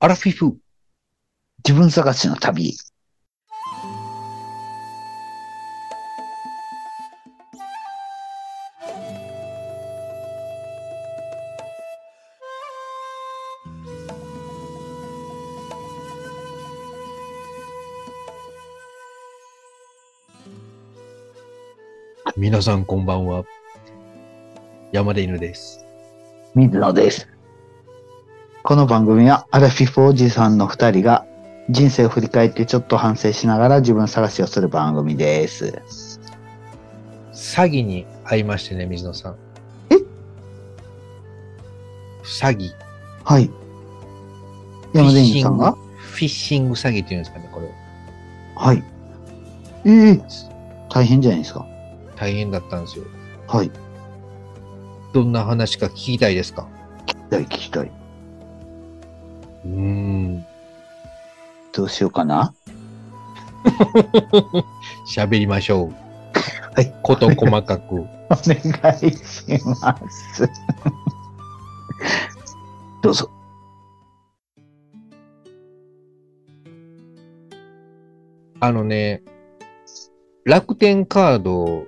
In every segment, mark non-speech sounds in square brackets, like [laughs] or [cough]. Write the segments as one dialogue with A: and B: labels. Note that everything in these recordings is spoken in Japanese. A: アラフィフ、自分探しの旅。
B: 皆さんこんばんは。山で犬です。
A: 水野です。この番組はアラフィフおじさんの二人が人生を振り返ってちょっと反省しながら自分探しをする番組です。
B: 詐欺に会いましてね、水野さん。
A: え
B: 詐欺。
A: はい。
B: フィ
A: 山
B: ッ
A: 田
B: シ
A: 犬
B: ン
A: さん
B: グ。
A: が
B: フィッシング詐欺っていうんですかね、これ。
A: はい。ええ大変じゃないですか。
B: 大変だったんですよ。
A: はい。
B: どんな話か聞きたいですか
A: 聞きたい聞きたい。
B: うーん。
A: どうしようかな。
B: 喋りましょう。
A: はい。
B: こと細かく。
A: お願いします。 [laughs] どうぞ。
B: あのね、楽天カード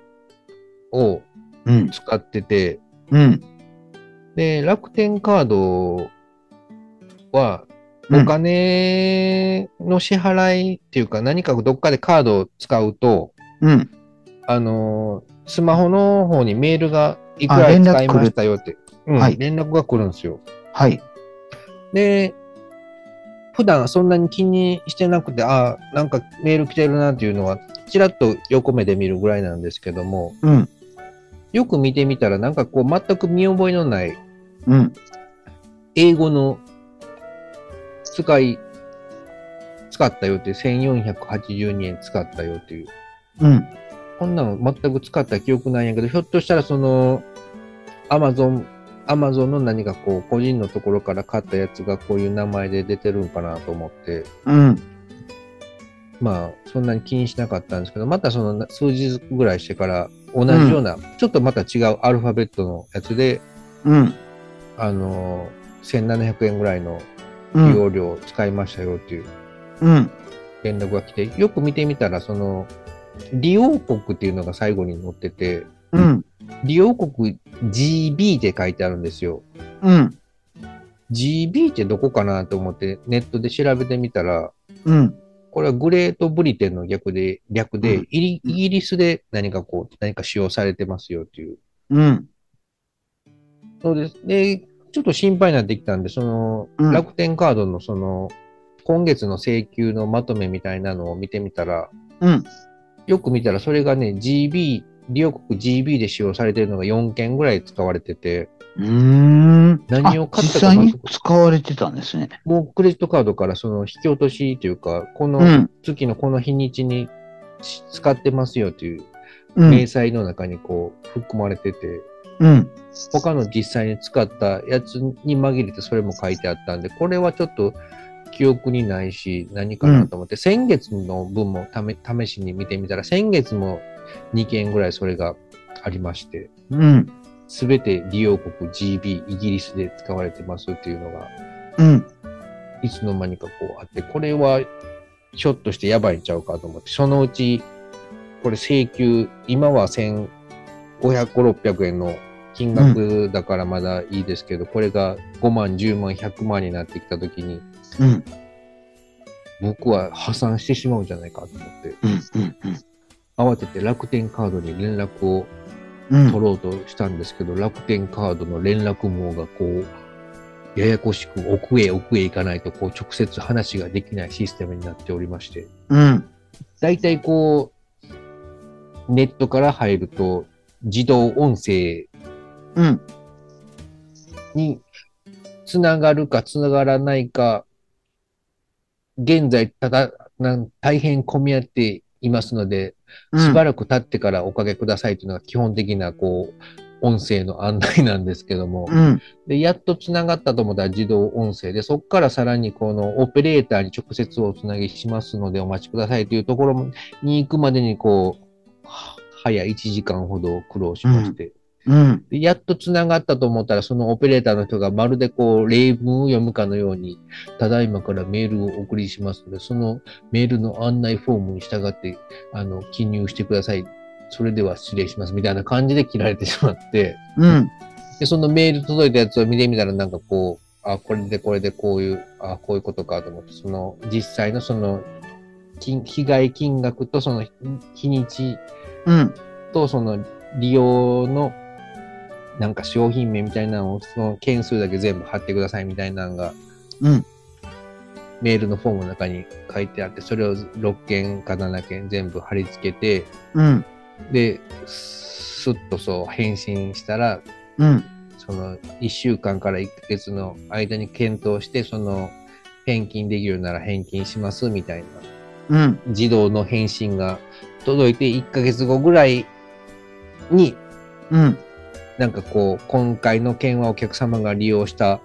B: を
A: うん。
B: 使ってて、
A: うん。
B: で、楽天カードは、
A: うん
B: お金の支払いっていうか、何かどっかでカードを使うと、
A: うん。
B: あのースマホの方にメールがいく
A: あ
B: ら
A: 連絡
B: 使いましたよって、うん
A: はい
B: 連絡が来るんですよ。
A: はい。
B: で、普段そんなに気にしてなくて、ああ、なんかメール来てるなっていうのは、ちらっと横目で見るぐらいなんですけども、
A: うん。
B: よく見てみたら、なんかこう、全く見覚えのない
A: うん。
B: 英語の使い、使ったよっていう、1482円使ったよっていう。
A: うん。
B: こんなの全く使った記憶ないんやけど、ひょっとしたらその、アマゾン、アマゾンの何かこう、個人のところから買ったやつがこういう名前で出てるんかなと思って、
A: うん。
B: まあ、そんなに気にしなかったんですけど、またその数日ぐらいしてから、同じような、ちょっとまた違うアルファベットのやつで、
A: うん。
B: あのー、1700円ぐらいの
A: う
B: 利
A: ん。
B: 用料を使いましたよっていう。
A: うん。
B: 連絡が来て、よく見てみたら、その、利用国っていうのが最後に載ってて、
A: うん。
B: 利用国 GB って書いてあるんですよ。
A: うん。
B: GB ってどこかなと思ってネットで調べてみたら、
A: うん。
B: これはグレートブリテンの逆で、略で、
A: うん
B: イリ
A: うん
B: イギリスで何かこう、何か使用されてますよっていう。
A: うん。
B: そうです。で、ちょっと心配になってきたんで、その、
A: うん
B: 楽天カードのその、今月の請求のまとめみたいなのを見てみたら、
A: うん。
B: よく見たらそれがね、GB、利用国 GB で使用されてるのが4件ぐらい使われてて、
A: うん。
B: 何を買
A: あ
B: った
A: 実
B: か
A: 際
B: も
A: に使われてたんですね。
B: もうクレジットカードからその引き落としというか、こ
A: う
B: の
A: ん。
B: 月のこの日にちにし使ってますよという
A: う
B: 明
A: ん。
B: 細の中にこう含まれてて、
A: うん。
B: 他の実際に使ったやつに紛れてそれも書いてあったんで、これはちょっと記憶にないし、何かなと思って、先月の分もため試しに見てみたら、先月も2件ぐらいそれがありまして、
A: うん。
B: すべて利用国 GB、イギリスで使われてますっていうのが、
A: うん。
B: いつの間にかこうあって、これは、ひょっとしてやばいんちゃうかと思って、そのうち、これ請求、今は1500、600円の金額だからまだいいですけど、これが5万、10万、100万になってきたときに、
A: うん。
B: 僕は破産してしまうんじゃないかと思って、
A: うん。うん。
B: 慌てて楽天カードに連絡を
A: うん。
B: 取ろうとしたんですけど、楽天カードの連絡網がこう、ややこしく奥へ奥へ行かないと、こう直接話ができないシステムになっておりまして、
A: うん。
B: 大体こう、ネットから入ると、自動音声
A: うん。
B: につながるかつながらないか、現在ただなん大変混み合っていますので、
A: うん。
B: しばらく経ってからおかけくださいというのが基本的なこう、音声の案内なんですけども、
A: うん。
B: で、やっと繋がったと思ったら自動音声で、そこからさらにこのオペレーターに直接おつなぎしますのでお待ちくださいというところに行くまでにこう、は早1時間ほど苦労しまして、
A: ううん。
B: でやっと繋がったと思ったら、そのオペレーターの人がまるでこう、例文を読むかのように、ただいまからメールをお送りしますので、そのメールの案内フォームに従って、あの、記入してください。それでは失礼します。みたいな感じで切られてしまって、
A: うん。
B: で、そのメール届いたやつを見てみたら、なんかこう、あ、これでこれでこういう、あ、こういうことかと思って、その、実際のその、金被害金額とその日日にち
A: うん。
B: と、その利用の、なんか商品名みたいなのを、その件数だけ全部貼ってくださいみたいなのが、
A: うん。
B: メールのフォームの中に書いてあって、それを6件か7件全部貼り付けて、
A: うん。
B: で、スッとそう返信したら、
A: うん。
B: その1週間から1ヶ月の間に検討して、その返金できるなら返金しますみたいな
A: うん。
B: 自動の返信が届いて1ヶ月後ぐらいに
A: うん。
B: なんかこう、今回の件はお客様が利用した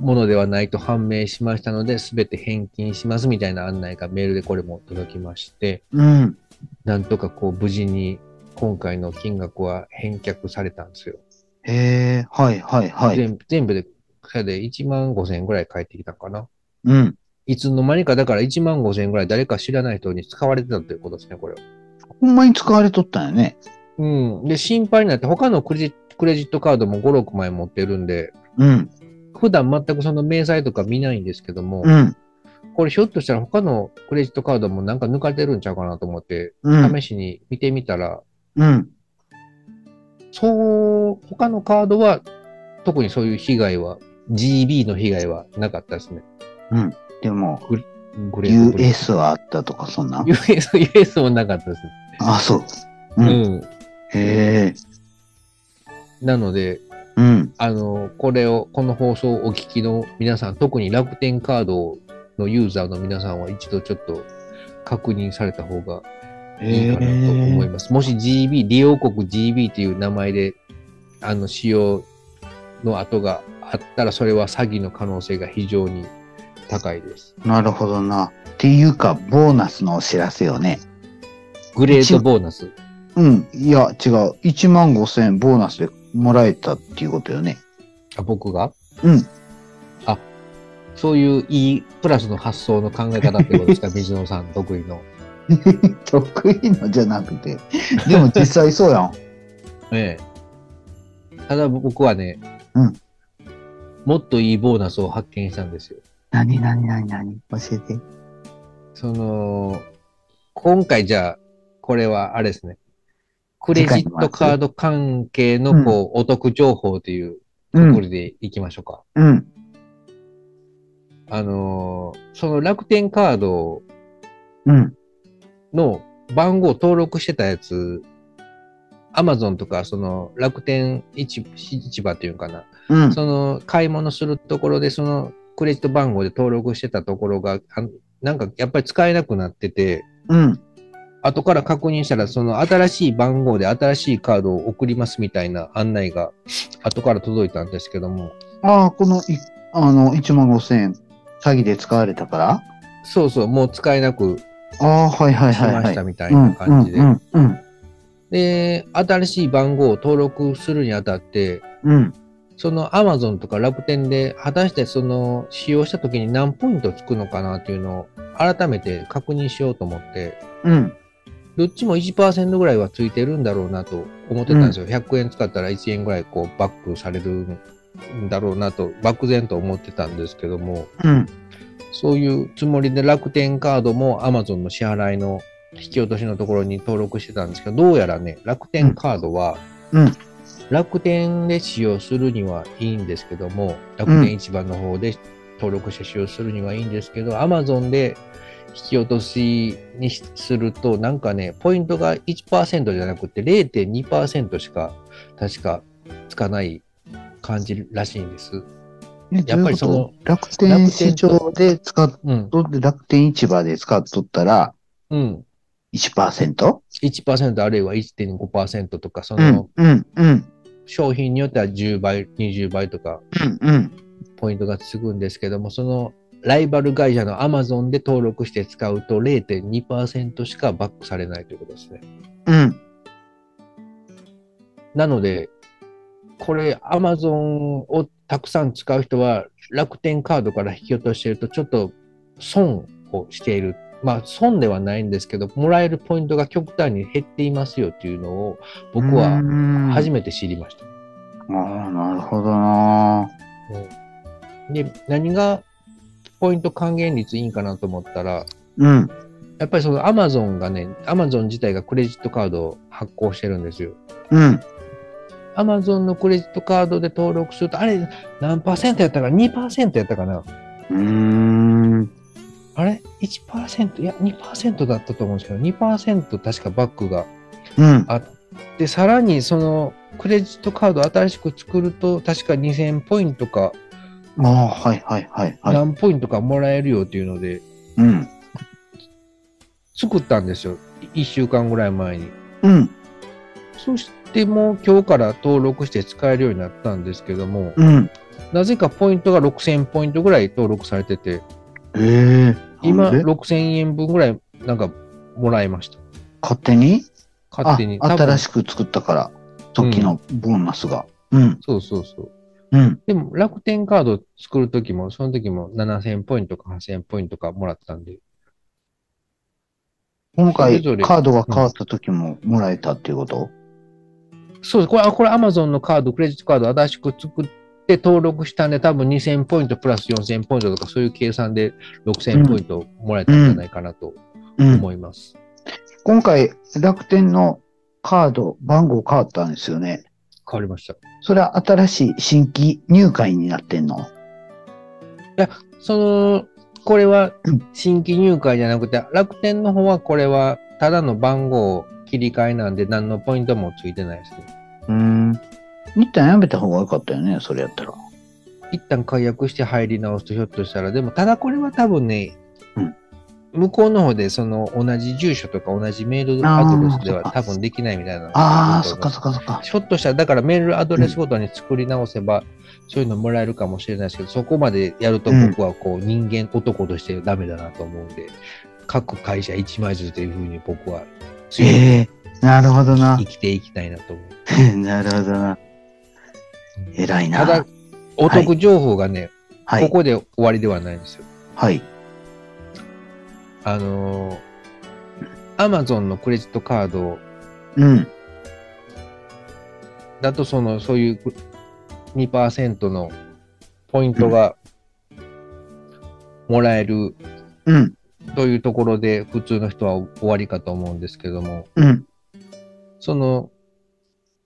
B: ものではないと判明しましたので、すべて返金しますみたいな案内がメールでこれも届きまして、
A: うん。
B: なんとかこう、無事に今回の金額は返却されたんですよ。
A: へえ、はいはいはい。
B: 全全部で、それで1万5千円ぐらい返ってきたんかな。
A: うん。
B: いつの間にか、だから1万5千円ぐらい誰か知らない人に使われてたということですね、これは。
A: ほんまに使われとったんやね。
B: うん。で、心配になって、他のクレジクレジットカードも5、6枚持ってるんで、
A: うん。
B: 普段全くその明細とか見ないんですけども、
A: うん。
B: これひょっとしたら他のクレジットカードもなんか抜かれてるんちゃうかなと思って、
A: うん。
B: 試しに見てみたら、
A: うん。
B: そう、他のカードは特にそういう被害は、GB の被害はなかったですね。
A: でも、
B: グレートブリ
A: US はあったとか、そんな。
B: US, US もなかったですね。
A: あ、そう。う。
B: うんん。
A: へえ。
B: なので、
A: うん。
B: あの、これを、この放送をお聞きの皆さん、特に楽天カードのユーザーの皆さんは一度ちょっと確認された方がいいかなと思います。もし GB、利用国 GB という名前で、あの、使用の跡があったら、それは詐欺の可能性が非常に高いです。
A: なるほどな。っていうか、ボーナスのお知らせよね。
B: グレートボーナス。
A: うん。いや、違う。1万5千円ボーナスでもらえたっていうことよね。 [laughs]
B: あ、僕が
A: うん。
B: そういういいプラスの発想の考え方ってことですか [laughs] 水野さん得意の。
A: 得意のじゃなくて。でも実際そうや
B: [laughs]
A: ん。
B: ええ。ただ僕はね、
A: うん
B: もっといいボーナスを発見したんですよ。
A: なになになになに教えて。
B: その、今回じゃあ、これはあれですね。クレジットカード関係のこう、お得情報という
A: う
B: とこ
A: ん。
B: ろでいきましょうか。
A: うん。
B: あのーその楽天カード
A: うん。
B: の番号を登録してたやつ、アマゾンとか、その楽天市市場っていうのかな。
A: うん。
B: その買い物するところで、そのクレジット番号で登録してたところが、あなんかやっぱり使えなくなってて、
A: うん。
B: 後から確認したら、その新しい番号で新しいカードを送りますみたいな案内が後から届いたんですけども、
A: ああ、このい、あの、1万5千円、詐欺で使われたから
B: そうそう、もう使えなくし
A: ああ、はいはいはい、
B: ま
A: は
B: し
A: い。
B: たみたい
A: うん
B: な感じで
A: う。んうん
B: で、新しい番号を登録するにあたって、
A: うん。うん。
B: その Amazon とか楽天で果たしてその使用した時に何ポイントつくのかなっていうのを改めて確認しようと思って、
A: うん。
B: どっちも1%ぐらいはついてるんだろうなと思ってたんですよ。100円使ったら1円ぐらいこうバックされるんだろうなと、漠然と思ってたんですけども、
A: うん。
B: そういうつもりで楽天カードも Amazon の支払いの引き落としのところに登録してたんですけど、どうやらね、楽天カードは
A: うんうん、
B: 楽天で使用するにはいいんですけども、楽天市場の方で登録して使用するにはいいんですけど、Amazon で引き落としにすると、なんかね、ポイントが1%じゃなくて0.2%しか確かつかない感じらしいんです。
A: え
B: やっぱりその
A: どういうこと楽天市場で使っ
B: うん。
A: とって、楽天市場で使っとったら
B: うん。
A: 1%?
B: 1%あるいは1.5%とか、そ
A: うん
B: の。
A: うん。うん。
B: 商品によっては10倍、20倍とか
A: うん。うん。
B: ポイントがつくんですけども、そのライバル会社の Amazon で登録して使うと0.2%しかバックされないということですね。
A: うん。
B: なので、これ、アマゾンをたくさん使う人は、楽天カードから引き落としてると、ちょっと損をしている。まあ、損ではないんですけど、もらえるポイントが極端に減っていますよっていうのを、僕は初
A: め
B: めて知りました。
A: ああ、なるほどな。
B: で、何がポイント還元率いいんかなと思ったら、
A: うん。
B: やっぱりそのアマゾンがね、アマゾン自体がクレジットカードを発行してるんですよ。
A: うん。
B: アマゾンのクレジットカードで登録すると、あれ、何パーセントやったかな ?2% やったかな
A: うーん。
B: あれ ?1%? いや、2%だったと思うんですけど、2%確かバックが
A: うん。
B: あって、さらにそのクレジットカード新しく作ると、確か2000ポイントか
A: ああ、はいはいはいはい。
B: 何ポイントかもらえるよっていうので、
A: うん。
B: 作ったんですよ。1週間ぐらい前に。
A: うん。
B: そしてもう今日から登録して使えるようになったんですけども、
A: うん。
B: なぜかポイントが6000ポイントぐらい登録されてて、
A: ええ
B: 今
A: なんで
B: 6000円分ぐらいなんかもらいました。
A: 勝手に
B: 勝手に。
A: あ、新し
B: く。
A: く作ったから、時のボーナスが。うん。
B: そうそうそう。
A: うん。
B: でも楽天カード作るときも、その時も7000ポイントか8000ポイントかもらったんで、
A: 今
B: そ
A: 回、
B: れぞれ
A: カードが変わった時ももらえたっていうこと
B: そうです。これ、あこれ Amazon のカード、クレジットカード新しく作って登録したんで、多分2000ポイントプラス4000ポイントとか、そういう計算で6000ポイントもらえたんじゃないかなと
A: うん。
B: 思います。
A: 今回、楽天のカード、番号変わったんですよね。
B: 変わりました。
A: それは新しい新規入会になってんの
B: その、これは
A: うん
B: 新規入会じゃなくて、楽天の方はこれはただの番号切り替えなんで、何のポイントもついてないですね。
A: うん。一旦やめた方が良かったよね、それやったら。
B: 一旦解約して入り直すとひょっとしたら、でもただこれは多分ね、
A: うん
B: 向こうの方でその同じ住所とか同じメールアドレスでは多分できないみたいなのが
A: あ
B: あ
A: あ、
B: る
A: そっ
B: と思います。
A: かそっかそっか。
B: ひょっとしたら、だからメールアドレスごとに作り直せば、そういうのもらえるかもしれないですけど、そこまでやると
A: うん
B: 僕はこう人間、男としてダメだなと思うんで、各会社一枚ずつというふうに僕は強く
A: ええなるほどな
B: 生。きていきたいなと思う。
A: [laughs] なるほどな。偉いな。
B: ただ、お得情報がね、
A: はい。
B: ここで終わりではないんですよ。
A: はい。
B: あのアマゾンのクレジットカード
A: うん。
B: だと、その、そういう2%のポイントがもらえる
A: うん。
B: というところで、普通の人は終わりかと思うんですけども、
A: うん。
B: その、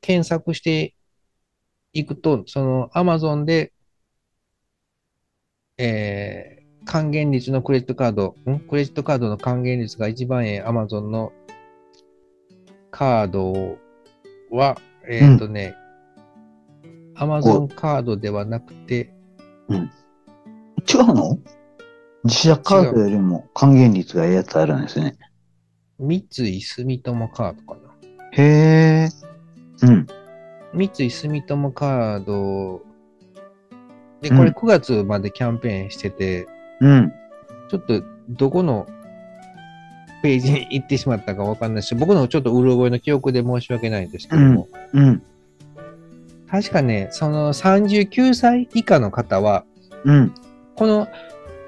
B: 検索していくと、その Amazon で、えー還元率のクレジットカード、んクレジットカードの還元率が1万円、Amazon のカードは、えっ、とね、Amazon カードではなくて、
A: 違うの自社カードよりも還元率がいいやつあるんですね。
B: 三井住友カードかな。
A: へえ。うん。
B: 三井住友カードで、
A: うん
B: これ9月までキャンペーンしてて、
A: うん。
B: ちょっとどこのページに行ってしまったかわかんないし、僕のちょっとうる覚えの記憶で申し訳ないんですけども、
A: うん。
B: 確かね、その39歳以下の方は、
A: うん。
B: この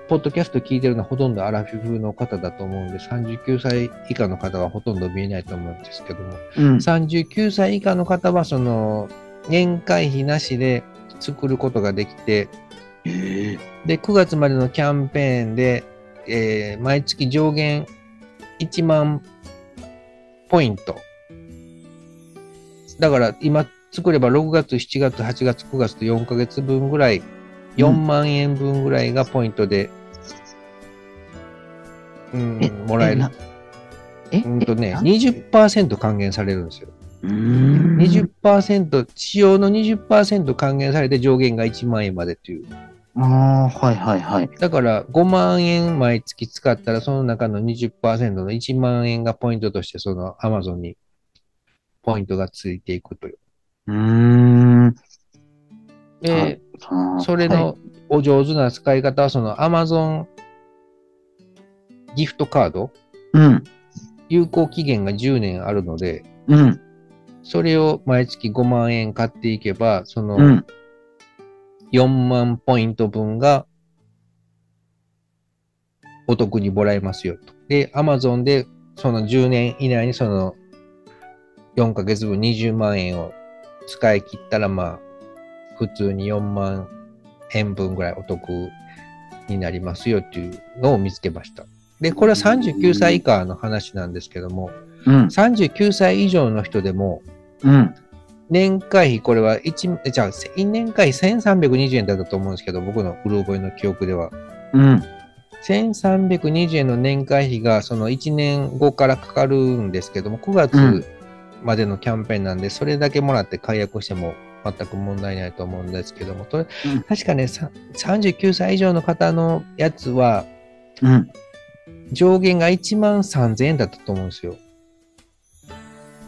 B: ポッドキャスト聞いてるのはほとんどアラフィフの方だと思うんで、39歳以下の方はほとんど見えないと思うんですけども、
A: うん。
B: 39歳以下の方は、その、年会費なしで作ることができて、
A: へえ。
B: で、9月までのキャンペーンで、えー毎月上限1万ポイント。だから今作れば6月、7月、8月、9月と4ヶ月分ぐらい、4万円分ぐらいがポイントで、うん、もらえる
A: な。え
B: うんと
A: え
B: ね、
A: な
B: 20%還元されるんですよ。
A: うーん。
B: 20%、使用の20%還元されて上限が1万円までという。
A: ああ、はいはいはい。
B: だから5万円毎月使ったら、その中の20%の1万円がポイントとして、その Amazon にポイントがついていくという。
A: うーん。
B: で、
A: あー
B: それ
A: はい
B: のお上手な使い方は、その Amazon ギフトカード、
A: うん。
B: 有効期限が10年あるので、
A: うん。
B: それを毎月5万円買っていけば、そうの
A: ん。
B: 4万ポイント分がお得にもらえますよと。で、Amazon でその10年以内にその4ヶ月分20万円を使い切ったら、まあ、普通に4万円分ぐらいお得になりますよっていうのを見つけました。で、これは39歳以下の話なんですけども、
A: うん。
B: 39歳以上の人でも、
A: うん。年
B: 年会費、これは1、えじゃあ、せ年会費1320円だったと思うんですけど、僕のうろ覚えの記憶では。
A: うん。
B: 1320円の年会費が、その1年後からかかるんですけども、9
A: うん
B: 月までのキャンペーンなんで、それだけもらって解約しても全く問題ないと思うんですけども、と
A: うん
B: 確かね、さ39歳以上の方のやつは、
A: うん。
B: 上限が1万3000円だったと思うんですよ。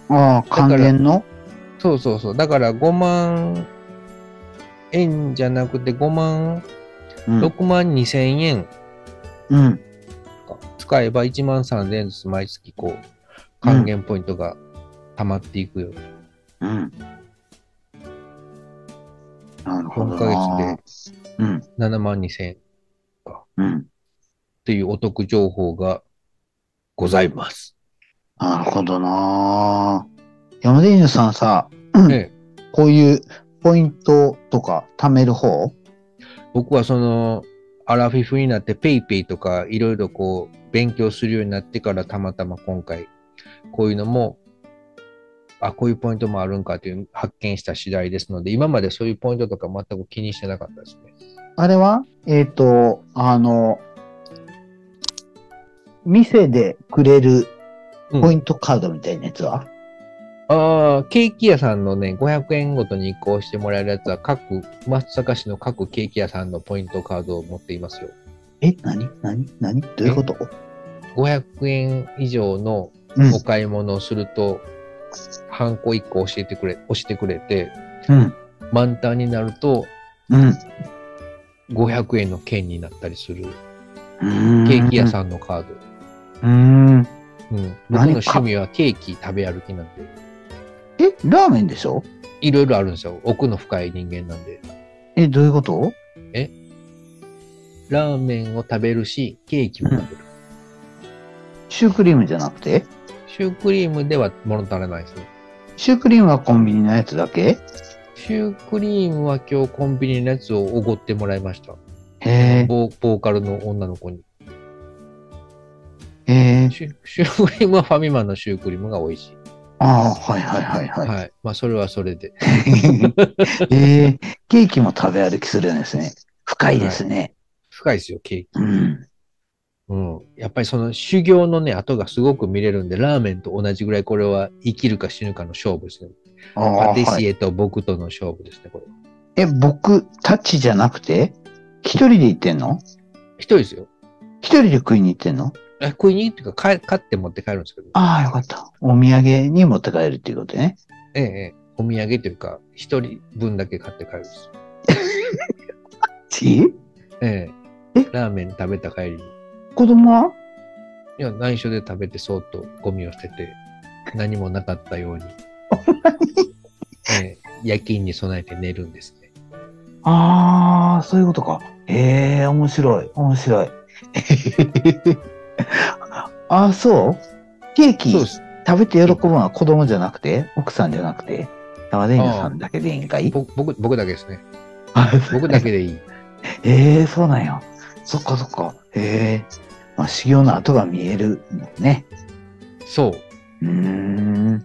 A: ああ、還元の
B: そうそうそう。だから5万円じゃなくて5万、
A: うん。
B: 6万2千円
A: うん。
B: か使えば1万3千円ずつ毎月こう、還元ポイントが溜まっていくよ。
A: うん。なるほどな。
B: 4ヶ
A: 月で。うん。
B: 7万2千円っ
A: うん。
B: ていうお得情報がございます。
A: なるほどな。山田犬さんさ、うん
B: え
A: こういうポイントとか貯める方
B: え僕はその、アラフィフになってペイペイとかいろいろこう勉強するようになってからたまたま今回こういうのもあ、こういうポイントもあるんかという発見した次第ですので、今までそういうポイントとか全く気にしてなかったですね。
A: あれはえっ、と、あの、店でくれる
B: うん
A: ポイントカードみたいなやつは、
B: ああ、ケーキ屋さんのね、500円ごとに移行してもらえるやつは、各、松阪市の各ケーキ屋さんのポイントカードを持っていますよ。
A: え、なになになにどういうこと
B: 500円以上の
A: うん
B: お。買い物をすると、ハンコ1個教えてくれ、押してくれて、
A: うん。
B: 満タンになると、
A: うん。
B: 500円の券になったりする、ケ
A: ケ
B: ーキ屋さんのカー
A: ん。うん。
B: ド。うん。僕の
A: 何か
B: 趣味はケーキ食べ歩きなんで、
A: え、ラーメンでしょ
B: いろいろあるんですよ。奥の深い人間なんで。
A: え、どういうこと
B: ラーメンを食べるし、ケーキも食べる。
A: シュークリームじゃなくて
B: シュークリームでは物足らないですね。
A: シュークリームはコンビニのやつだけ
B: シュークリームは今日コンビニのやつをおごってもらいました。
A: へ
B: ボーボーカルの女の子に。
A: え、へえ、
B: シュシュークリームはファミマのシュークリームが美味しい。
A: ああ、はいはいはいはい。 [laughs]
B: はい。まあそれはそれで。
A: ええケーキも食べ歩きするんですね。深いですね。
B: 深いですよ、ケーキ。
A: うん。
B: うん。やっぱりその修行のね、後がすごく見れるんで、ラーメンと同じぐらいこれは生きるか死ぬかの勝負ですね。
A: ああ
B: パティ
A: はい
B: シエと僕との勝負ですね、これ。
A: え、僕たちじゃなくて、一人で行ってんの
B: 一人ですよ。
A: 一人で食いに行ってんの
B: え食いに行っていうか、か買って持って帰るんですけど。
A: ああ、よかった。お土産に持って帰るっていうことね。
B: ええ、ええ。お土産というか、一人分だけ買って帰るんです。
A: ち
B: え
A: え
B: え。ラーメン食べた帰りに。
A: 子供はい
B: や、内緒で食べて、そーっとゴミを捨てて、何もなかったように。えー夜勤に備えて寝るんですね。
A: ああ、そういうことか。ええ面白い、面白い。 [laughs] ああ、そうケーキ
B: そうです。
A: 食べて喜ぶのは子供じゃなくて、奥さんじゃなくて、玉田犬さんだけでいいんかい
B: ぼ僕、僕だけですね。
A: あ
B: 僕だけでい
A: [laughs]
B: い。
A: ええそうなんや。そっかそっか。ええまあ、修行の跡が見えるもんね。
B: そう。
A: うーん。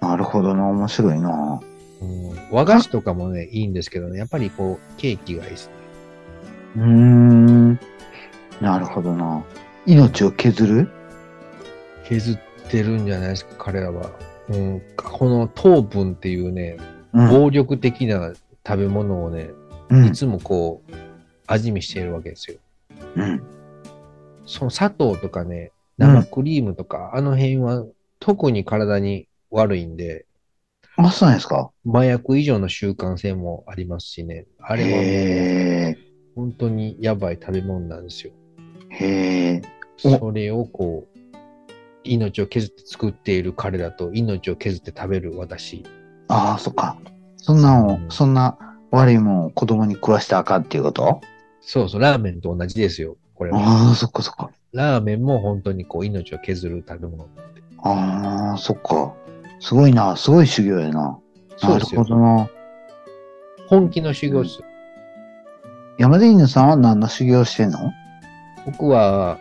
A: なるほどな。面白いな。
B: うん和菓子とかもね、いいんですけどね、やっぱりこう、ケーキがいいですね。
A: うーん。なるほどな。命を削る
B: 削ってるんじゃないですか、彼らは。うん、この糖分っていうね、
A: うん。
B: 暴力的な食べ物をね、
A: う
B: い
A: ん。
B: つもこう、味見しているわけですよ。
A: うん。
B: その砂糖とかね、
A: うん
B: 生クリームとか、あの辺は特に体に悪いんで、
A: あ、そうなんですか。
B: 麻薬以上の習慣性もありますしね、あれはも
A: へえ。
B: う本当にやばい食べ物なんですよ。
A: へえ。お
B: それをこう、命を削って作っている彼らと命を削って食べる私。
A: ああ、そっか。そんなの、
B: うん
A: そんな悪いもんを子供に食わしたらあかんっていうこと
B: そうそう、ラーメンと同じですよ。これは。
A: ああ、そっかそっか。
B: ラーメンも本当にこう命を削る食べ物。
A: ああ、そっか。すごいな。すごい修行やな。
B: そうです
A: な
B: よ
A: る。ほどな。
B: 本気の修行ですよ。
A: 山田犬さんは何の修行してんの
B: 僕は、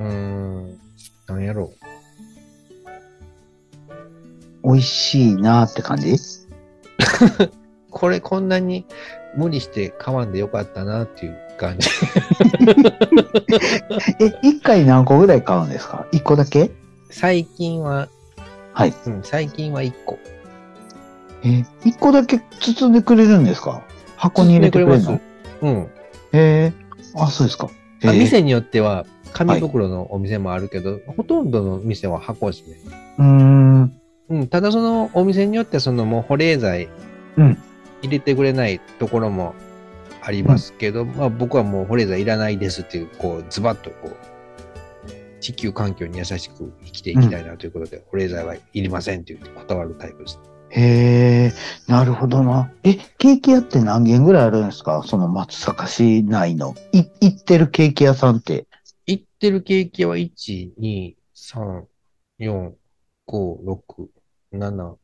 B: うーん、なんやろう。
A: 美味しいなって感じ
B: これこんなに無理して買わんでよかったなっていう感じ。
A: え、一回何個ぐらい買うんですか一個だけ
B: 最近は、
A: はい。
B: うん、最近は1個。
A: え、一個だけ包んでくれるんですか箱に入れてくれるの
B: うん。
A: へえ。あ、そうですか。へ
B: あ
A: え
B: 店によっては、紙袋のお店もあるけど、ほとんどの店は箱ですね。
A: うーん。うん
B: うん、ただそのお店によってそのもう保冷剤
A: うん
B: 入れてくれないところもありますけど、まあ僕はもう保冷剤いらないですっていう、こうズバッとこう、地球環境に優しく生きていきたいなということで、保冷剤はいりませんっていう断るタイプです。
A: へえ、なるほどな。え、ケーキ屋って何軒ぐらいあるんですかその松阪市内の。い、行ってるケーキ屋さんって。
B: 行ってるケーキは1、2、3、4、5、6、7、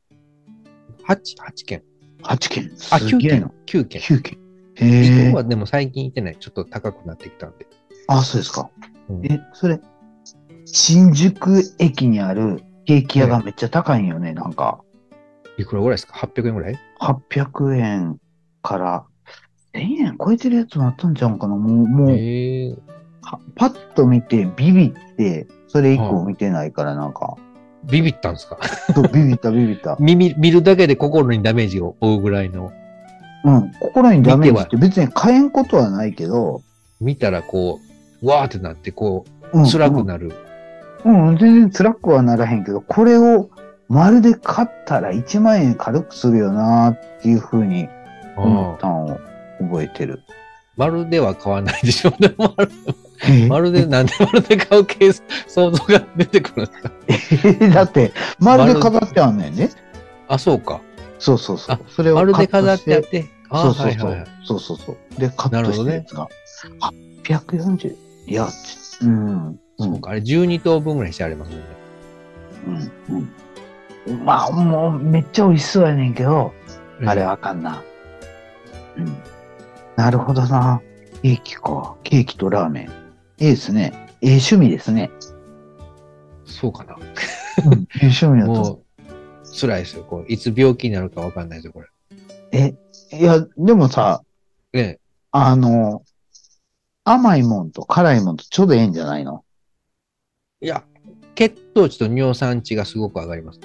B: 8、8件。
A: 8軒。
B: あ、
A: す
B: 9
A: げえ
B: 件
A: な。。
B: 9件。
A: 9軒。
B: 行
A: へえ
B: く。はでも最近行ってない。ちょっと高くなってきたんで。
A: あ、そうですか。
B: うん
A: え、それ、新宿駅にあるケーキ屋がめっちゃ高いんよね。なんか、
B: いくらぐらいですか ?800 円ぐらい
A: 800円から1000円超えてるやつもあったんちゃうんかな。もう、もう、
B: ええ
A: はパッと見てビビって、それ以降見てないからなんか、
B: ビビったんですか [laughs]
A: そうビビったビビった。
B: 見見るだけで心にダメージを負うぐらいの。
A: うん、心にダメージって別に変えんことはないけど、
B: 見たらこう、わーってなって、こ
A: うん、
B: う、辛くなる。
A: うん、うん全然辛くはならへんけど、これをまるで買ったら1万円軽くするよなっていうふうに思
B: うん
A: ったんを覚えてる。
B: まるでは買わないでしょ。 [laughs] でもまるま
A: ま
B: るで、なんでまるで買うケース、想像が出てくるんですか
A: [laughs] だって、まるで飾ってあんねんね。
B: あ、そうか。
A: そうそうそう
B: あ。
A: それ
B: まる
A: カ
B: で
A: ット
B: 飾っ
A: して
B: あって。
A: そ
B: あ、
A: うそ
B: は
A: う
B: い
A: そ
B: はいは
A: う
B: い。。
A: そうそうそう。で、カットしたやつが。840? いや、ちうん。うん
B: そうか。あれ12等分ぐらいしてありますもんね。
A: うんうん。まあ、もうめっちゃ美味しそうやねんけど、あれはあかんな。うん。なるほどな。ケーキか。ケーキとラーメン。いいですね。ええ趣味ですね。
B: そうかな。
A: うん、 [laughs] ええ趣味だと思う
B: もう、辛いですよ。こういつ病気になるかわかんないですよ、これ。
A: え、いや、でもさ、
B: ね
A: あの、甘いもんと辛いもんとちょうどええんじゃないの
B: いや、血糖値と尿酸値がすごく上がります。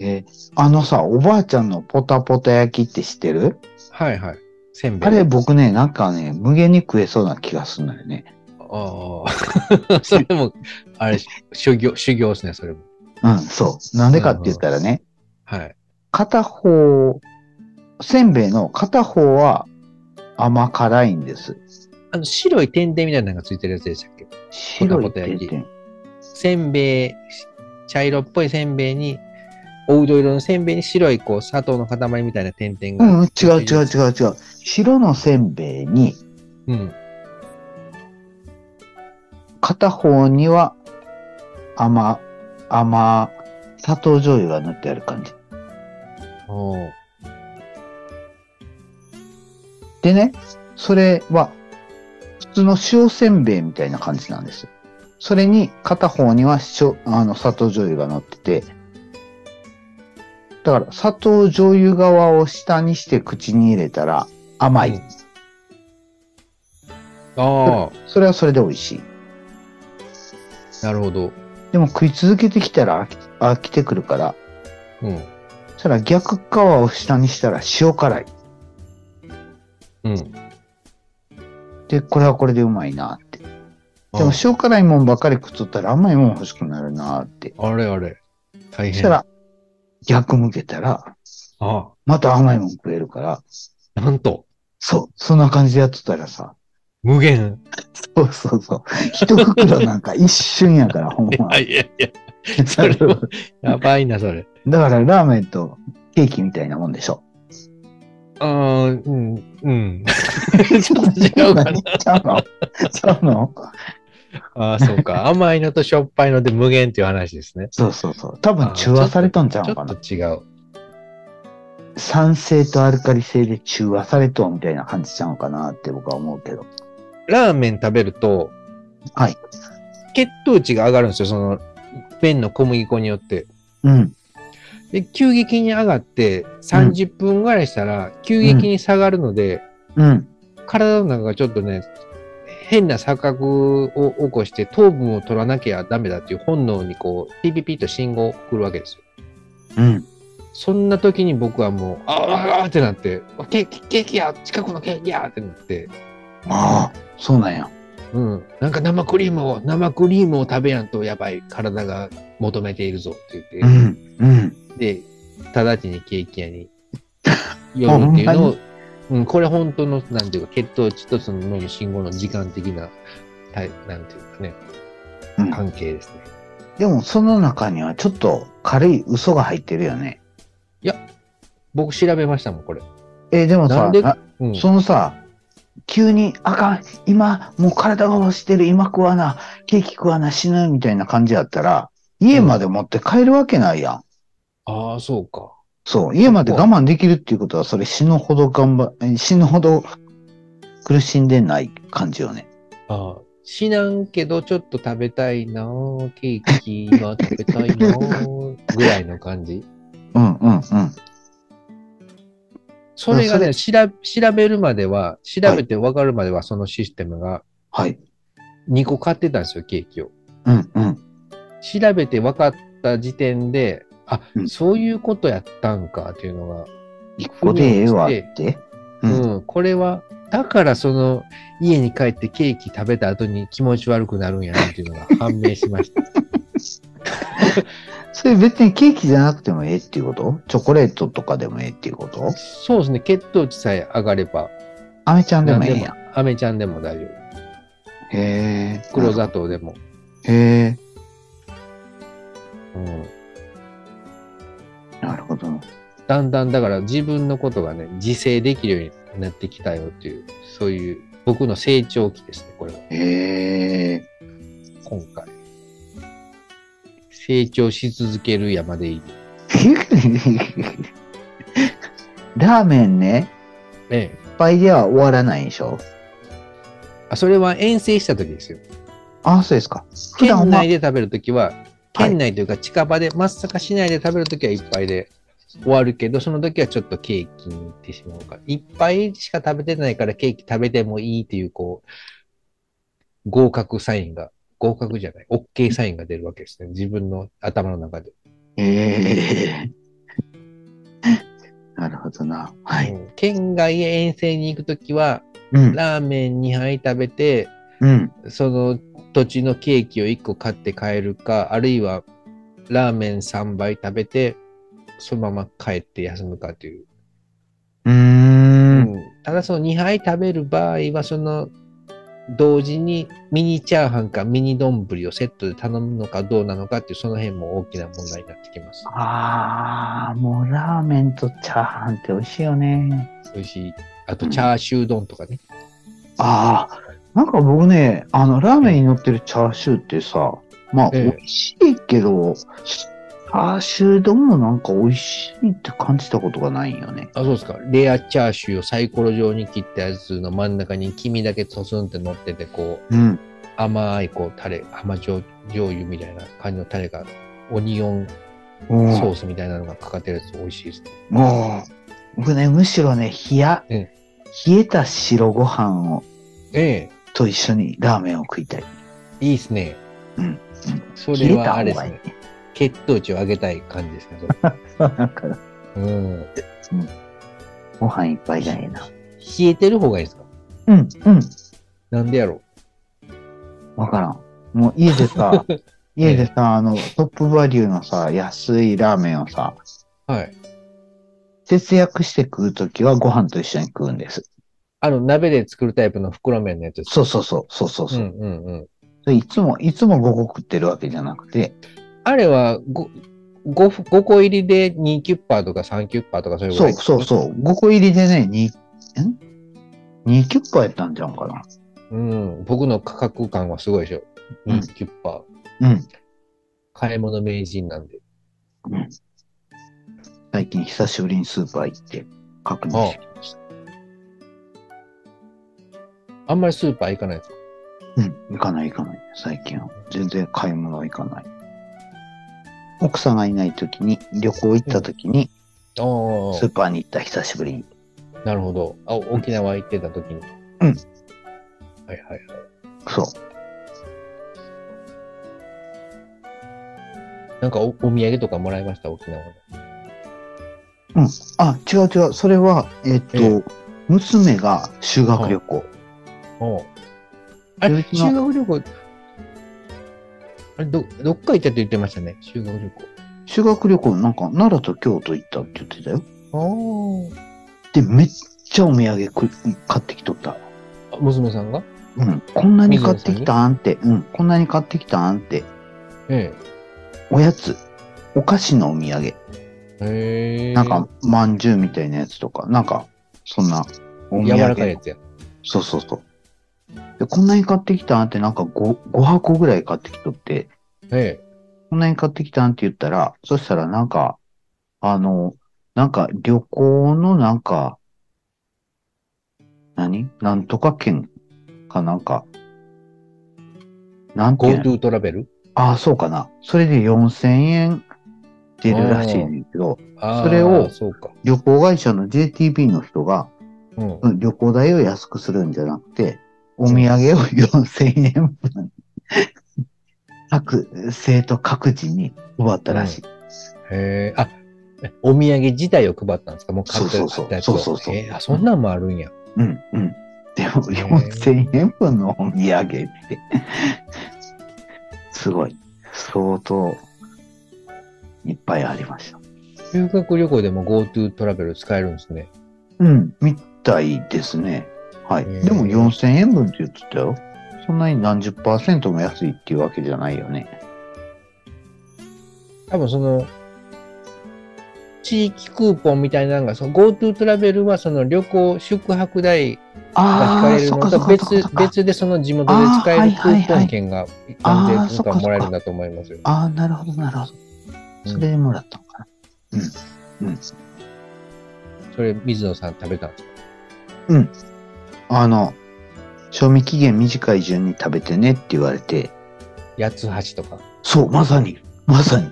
A: え、あのさ、おばあちゃんのポタポタ焼きって知ってる
B: はいはい。せんべい。
A: あれ僕ね、なんかね、無限に食えそうな気がするのよね。
B: ああ。 [laughs] それも、あれ、修行、修行ですね、それも。
A: うん、そう。なんでかって言ったらね、
B: はい。
A: 片方、せんべいの片方は甘辛いんです。
B: あの、白い点々みたいなのがついてるやつでしたっけ
A: 白い
B: ポタポタ焼き
A: 点々
B: せんべい、茶色っぽいせんべいに、おうど色のせんべいに白い、こう、砂糖の塊みたいな点々
A: うん
B: が。
A: うん、違う違う違う違う。白のせんべいに、
B: う。うん。
A: 片方には甘、甘、砂糖醤油が塗ってある感じ。
B: おー
A: でね、それは普通の塩せんべいみたいな感じなんです。それに片方には塩、あの、砂糖醤油が乗ってて、だから砂糖醤油側を下にして口に入れたら甘い。
B: うんあ
A: それはそれで美味しい。
B: あ、なるほど。
A: でも食い続けてきたら飽き飽きてくるから、
B: うん。
A: そしたら逆側を下にしたら塩辛い。
B: うん。
A: で、これはこれでうまいなって。で
B: あ
A: も
B: ー
A: 塩辛いもんばっかり食っとったら甘いもん欲しくなるなって。
B: あれあれ。大
A: そ
B: 変。
A: したら逆向けたら
B: あ
A: また甘いもん食えるから、
B: あ、なんと、
A: そう、そんな感じでやっとったらさ、
B: 無限。 [laughs]
A: そうそうそう、一袋なんか一瞬やから、ほんま。
B: いやいやいや。それもやばいな、それ。
A: だからラーメンとケーキみたいなもんでしょ。
B: ああ、うん、うん。ちょっと違うかな。
A: [laughs] ちゃうのちゃうの
B: ああ、そう
A: [laughs]
B: か。甘いのとしょっぱいので無限っていう話ですね。
A: そうそうそう。多分中和されとんちゃ
B: ち
A: う
B: ょ
A: んか
B: っ
A: な。
B: と違う。
A: 酸性とアルカリ性で中和されとんみたいな感じちゃうんかなって僕は思うけど。
B: ラーメン食べると、
A: はい。
B: 血糖値が上がるんですよ。その、麺の小麦粉によって。
A: うん。
B: で、急激に上がって、30分ぐらいしたら、急激に下がるので、
A: うん。
B: 体の中がちょっとね、変な錯覚を起こして、糖分を取らなきゃダメだっていう本能にこう、ピピピッと信号来るわけですよ。
A: うん。
B: そんな時に僕はもう、あーあーあーってなって、あケーキ、ケーキや、近くのケーキやってなって、
A: ああ、そうなんや。
B: うん、なんか生クリームを、生クリームを食べやんとやばい、体が求めているぞって
A: う
B: 言っ
A: ん。うん。
B: て、で、直ちにケーキ屋
A: [laughs]
B: に寄るっていうのを、うん、これ本当の、なんていうか、血糖値とその脳の信号の時間的な、はい、なんていうかね、
A: うん
B: 関係ですね。
A: でもその中にはちょっと軽い嘘が入ってるよね。
B: 僕調べましたもん、これ。
A: えーでも
B: な
A: さ
B: んで
A: な
B: うん、
A: そのさ、急に、あかん、今、もう体が欲してる、今食わな、ケーキ食わな、死ぬ、みたいな感じやったら、家まで持って帰るわけないやん。
B: ああ、そうか。
A: そう、家まで我慢できるっていうことは、それ死ぬほど頑張、え死ぬほど苦しんでない感じよね。
B: ああ、死なんけど、ちょっと食べたいなぁケーキが食べたいな
A: [laughs]
B: ぁぐらいの感じ。
A: うんうんうん。
B: それが
A: う
B: ね、
A: ん
B: 調べ調べるまでは、調べて分かるまでは、そのシステムが
A: はい。
B: 2個買ってたんですよ、ケーキを。
A: うんうん。
B: 調べて分かった時点で、あ、
A: うん
B: そういうことやったんかっていうのが、
A: 一個でええわって。う
B: うんん、これは、だからその、家に帰ってケーキ食べた後に気持ち悪くなるんやなっていうの
A: [laughs]
B: が判明しました。
A: それ別にケーキじゃなくてもええっていうことチョコレートとかでもええっていうこと
B: そうですね、血糖値さえ上がれば、
A: アメちゃんでもえ
B: 何
A: え
B: で
A: や
B: も、アメちゃんでも大丈夫。
A: ん。へえ。
B: 黒砂糖でも。
A: へえ。
B: うん。
A: なるほど。
B: だんだんだから自分のことがね、自制できるようになってきたよっていう、そういう僕の成長期ですね、これは。
A: へえ。 [laughs]
B: 今回。成長し続ける山でいい。
A: ラーメンね、
B: ええ。
A: いっぱいでは終わらないでしょ
B: あ、それは遠征した時ですよ。
A: あ、そうですか。普段は
B: 県内で食べる時は、
A: はい
B: 県内というか近場で、松阪市内で食べる時はいっぱいで終わるけど、その時はちょっとケーキに行ってしまうから、いっぱいしか食べてないからケーキ食べてもいいっていう、こう、合格サインが、合格じゃない、OK サインが出るわけですね。自分の頭の中で。
A: え [laughs] えなるほどな。は
B: う
A: い。
B: ん県外へ遠征に行く時は、
A: うん。
B: ラーメン2杯食べて、
A: うん。
B: その土地のケーキを1個買って帰るか、あるいはラーメン3杯食べて、そのまま帰って休むかという。
A: うーん。
B: うんただその2杯食べる場合は、その同時にミニチャーハンかミニ丼をセットで頼むのかどうなのかっていう、その辺も大きな問題になってきます。
A: ああ、もうラーメンとチャーハンって美味しいよね。
B: 美味しい。あと、チャーシュー丼とかね。
A: ああ、なんか僕ね、あの、ラーメンに乗ってるチャーシューってさ、まあ、
B: ええ
A: 美味しいけど、チャーシュー丼もなんか美味しいって感じたことがないんよね。
B: あ、そうですか。レアチャーシューをサイコロ状に切ったやつの真ん中に黄身だけトスンって乗ってて、こう、
A: うん。
B: 甘いこうタレ甘じょう醤油みたいな感じのタレがオニオン
A: うん
B: ソースみたいなのがかかってるやつ美味しいですね。
A: もう、僕ね、むしろね、冷や、
B: うん
A: 冷えた白ご飯を、
B: え
A: と一緒にラーメンを食いたい。
B: え、いいですね。
A: うんうん。
B: そ
A: 冷
B: れ
A: えた
B: はあ
A: 方
B: れで
A: が
B: す
A: いい
B: ね。。血糖値を上げたい感じですね。それ
A: だ [laughs] から、
B: うん。
A: ご飯いっぱいがええな。
B: 冷えてる方がいいですか
A: うん、うん。
B: なんでやろ
A: わからん。もう家で
B: [laughs]
A: さ、家でさ、あの、トップバリューのさ、安いラーメンをさ、
B: うはい。
A: 節約して食うときはご飯と一緒に食うんです。
B: あの、鍋で作るタイプの袋麺のやつです。
A: そうそうそう、そうそうそうう、
B: んうんうん。
A: でいつも、いつも午後食ってるわけじゃなくて、
B: あれは 5, 5, 5個入りで2キュッパーとか3キュッパーとかそういうぐ
A: そ
B: ら
A: う
B: い
A: そうそう。5個入りでね、2、ん ?2 キュッパーやったんちゃうかな。
B: うん、僕の価格感はすごいでしょ。
A: うん
B: 2キュッパー。
A: うん。
B: 買い物名人なんで。
A: 最近久しぶりにスーパー行って確認して。
B: あんまりスーパー行かないですか
A: うん。行かない行かない。最近は。全然買い物は行かない。奥さんがいない時に、旅行行った時に、
B: あ
A: スーパーに行った久しぶりに。
B: あ、なるほど。あ、沖縄行ってた時に。
A: うん
B: はいはいはい。
A: そう。
B: なんかおお土産とかもらいました、沖縄で。
A: あ、違う違う。それは、えっと、
B: え
A: 娘が修学旅行。
B: おうあれ、
A: 沖縄
B: 修学旅行。あれ、ど、どっか行ったって言ってましたね、修学旅
A: 修学旅行なんか、奈良と京都行ったって言ってたよ。
B: 行。あ
A: で、めっちゃお土産く買ってきとった。
B: あ。娘さんが
A: うん。こんなに買ってきたんって。うん。こんなに買ってきたんって。
B: え
A: おやつ。お菓子のお土産。
B: え。へえ。
A: なんか、、まんじゅうみたいなやつとか。なんか、そんな、お
B: 柔
A: 土
B: らかい
A: 産。
B: やつや。
A: そうそうそう。で、こんなに買ってきたんって、なんか 5, 5箱ぐらい買ってきとって。
B: え
A: こんなに買ってきたんって言ったら、そしたらなんか、あの、なんか旅行のなんか、何なんとか券かなんか、なん
B: え。
A: ていうの
B: GoTo トラベル
A: ああ、そうかな。それで4000円出るらしいねんだけど、
B: ああ。
A: それを
B: そうか。
A: 旅行会社の JTB の人が、
B: うん。
A: うん旅行代を安くするんじゃなくて、お土産を4000円分、各生徒各自に配ったらしい。
B: へえ。あ、えお土産自体を配ったんですかもう買って
A: そうそうそ
B: 買
A: う
B: ったやつを
A: そうそうそう
B: ええあ、そんなんもあるんや。
A: うんうん。でも
B: へえ
A: 4000円分のお土産って、すごい。相当、いっぱいありました。
B: 修学旅行でも GoTo トラベル使えるんですね。
A: うん、みたいですね。はい。
B: へえ
A: でも4000円分って言ってたよ。そんなに何十パーセントも安いっていうわけじゃないよね。
B: 多分その、地域クーポンみたいなのが、その GoTo トラベルはその旅行、宿泊代が引
A: あ
B: か
A: あ、
B: れる
A: そ
B: の
A: っか
B: と
A: そっかそっ
B: 別
A: かそっ、か。
B: 別でその地元で使える
A: あ
B: ク
A: ーはいはいはい
B: ーポン券が一
A: あ
B: 般
A: ー
B: で
A: そっ
B: と
A: か
B: か
A: そっか
B: もらえるんだと思いますよ。
A: ああ、なるほど、なるほど。それでもらったのかな。
B: それ、水野さん食べたんですか
A: あの、賞味期限短い順に食べてねって言われて、
B: 八つ橋とか。
A: そう、まさに、まさに、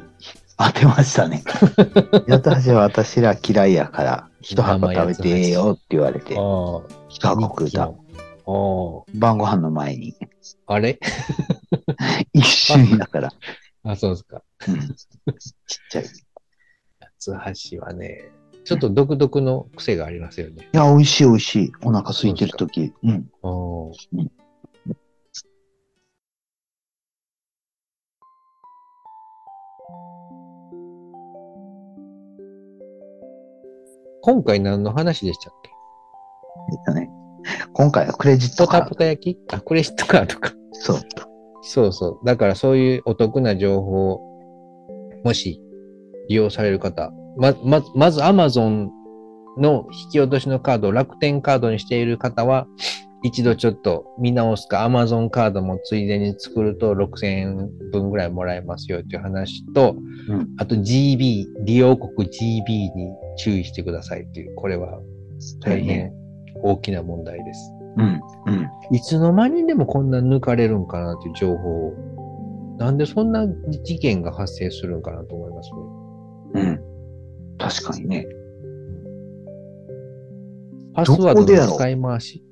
A: 当てましたね。 [laughs] 八つ橋は私ら嫌いやから、一箱食べてええよって言われて、
B: あ
A: 一
B: あ。
A: 箱食うた。
B: 日記の
A: 晩ご飯の前に、
B: ああ。あれ [laughs]
A: 一瞬だから、
B: あ、そうですか。
A: うんちっちゃい。い
B: 八つ橋はね、ちょっと独特の癖がありますよね。
A: や、美味しい美味しい。お腹空いてる時。うん。
B: お
A: うん
B: 今回何の話でしたっけ
A: えっとね、今回はクレジッ
B: ポ
A: トカ
B: タ
A: ー
B: ポ
A: ド。
B: タ焼きあ、クレジットカードか。
A: そう。
B: そうそう。だからそういうお得な情報を、もし利用される方、ま、ま、まず Amazon の引き落としのカードを楽天カードにしている方は、一度ちょっと見直すか、Amazon カードもついでに作ると6000円分ぐらいもらえますよという話と、
A: うん
B: あと GB、利用国 GB に注意してくださいっていう、これは大変大きな問題です。
A: うん。うん。
B: いつの間にでもこんな抜かれるんかなっていう情報を。なんでそんな事件が発生するんかなと思いますね。
A: うん。確かにね。
B: パスワー
A: どこでや
B: ド
A: ろ
B: の
A: う
B: 使い回し。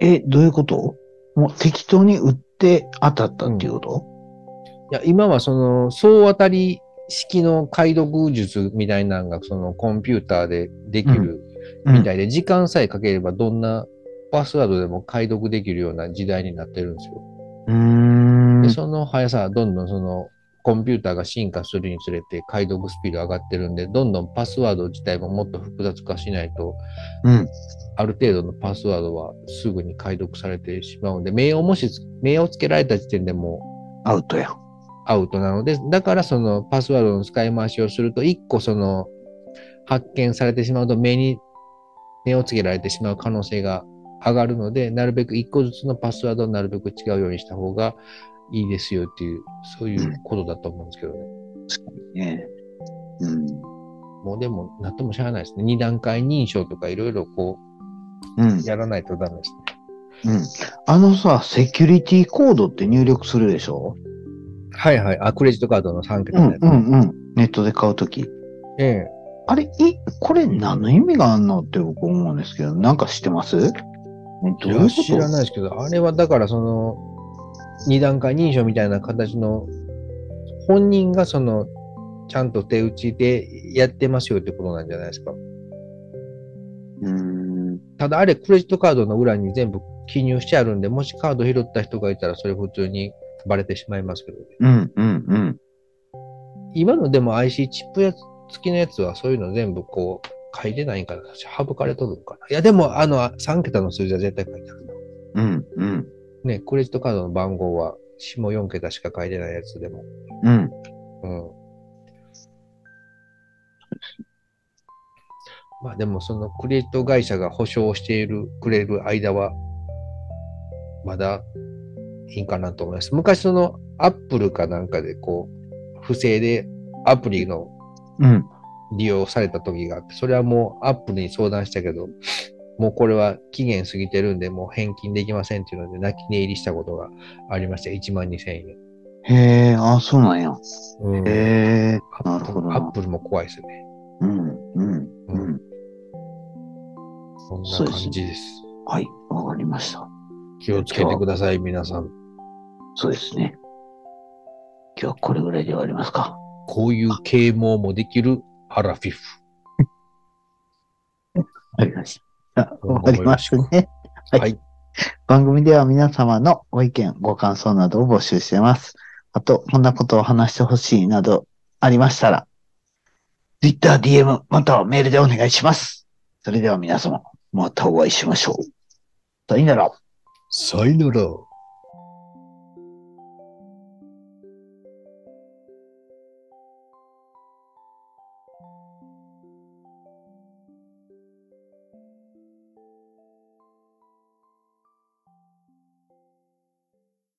A: え、どういうこともう適当に売って当たったっていうこと、
B: いや、今はその総当たり式の解読術みたいなのがそのコンピューターでできる
A: うん
B: みたいで、時間さえかければどんなパスワードでも解読できるような時代になってるんですよ。
A: うーん
B: で、。その速さはどんどんそのコンピューターが進化するにつれて解読スピード上がってるんで、どんどんパスワード自体ももっと複雑化しないと、
A: うん。
B: ある程度のパスワードはすぐに解読されてしまうんで、名をもし、名をつけられた時点でも
A: アウトや。
B: うアウトなので、だからそのパスワードの使い回しをすると、一個その発見されてしまうと、目に、目をつけられてしまう可能性が上がるので、なるべく一個ずつのパスワードをなるべく違うようにした方がいいですよっていう、そういうことだと思うんですけどね。
A: ねえ。うん。
B: もうでも、なんともしゃあないですね。二段階認証とかいろいろこ
A: うん
B: う、。やらないとダメですね。
A: うん。あのさ、セキュリティコードって入力するでしょ
B: はいはい。あ、クレジットカードの3桁
A: うん
B: のやつ。
A: うんうん。ネットで買うとき。
B: ええ。
A: あれ、え、これ何の意味があんのって僕思うんですけど、なんか知ってますねどういう
B: い
A: こ
B: や知ら
A: と
B: ないですけど、あれはだからその、二段階認証みたいな形の、本人がその、ちゃんと手打ちでやってますよってことなんじゃないですか。
A: うーん。
B: ただあれ、クレジットカードの裏に全部記入してあるんで、もしカード拾った人がいたら、それ普通にバレてしまいますけどね。
A: うんうんうん。
B: 今のでも IC チップや付きのやつは、そういうの全部こう、書いてないんかな。省かれとるんかな。いや、でも、あの、3桁の数字は絶対書いてあるな。
A: うんうん。
B: ね、クレジットカードの番号は、下4桁しか書いてないやつでも。
A: うん。
B: うん。まあでも、そのクレジット会社が保証している、くれる間は、まだいいかなと思います。昔、その、アップルかなんかで、こう、不正でアプリの
A: うん。
B: 利用された時があって、それはもうアップルに相談したけど、もうこれは期限過ぎてるんで、もう返金できませんっていうので、泣き寝入りしたことがありました。1万2000円。
A: へえ、あ、そうなんや。
B: うん
A: へえ、
B: ア
A: な
B: ッ
A: る
B: プ
A: ほ
B: ル
A: どな
B: アップルも怖いですね。
A: うんうんうん。
B: そんな感じです。
A: はい、わかりました。
B: 気をつけてください、皆さん。
A: そうですね。今日はこれぐらいで終わりますか。
B: こういう啓蒙もできるアラフィフ。
A: わかりました。あ終わりますね。はい
B: はい
A: 番組では皆様のご意見、ご感想などを募集しています。あと、こんなことを話してほしいなどありましたら、Twitter、DM、またはメールでお願いします。それでは皆様、またお会いしましょう。さよなら。
B: さよなら。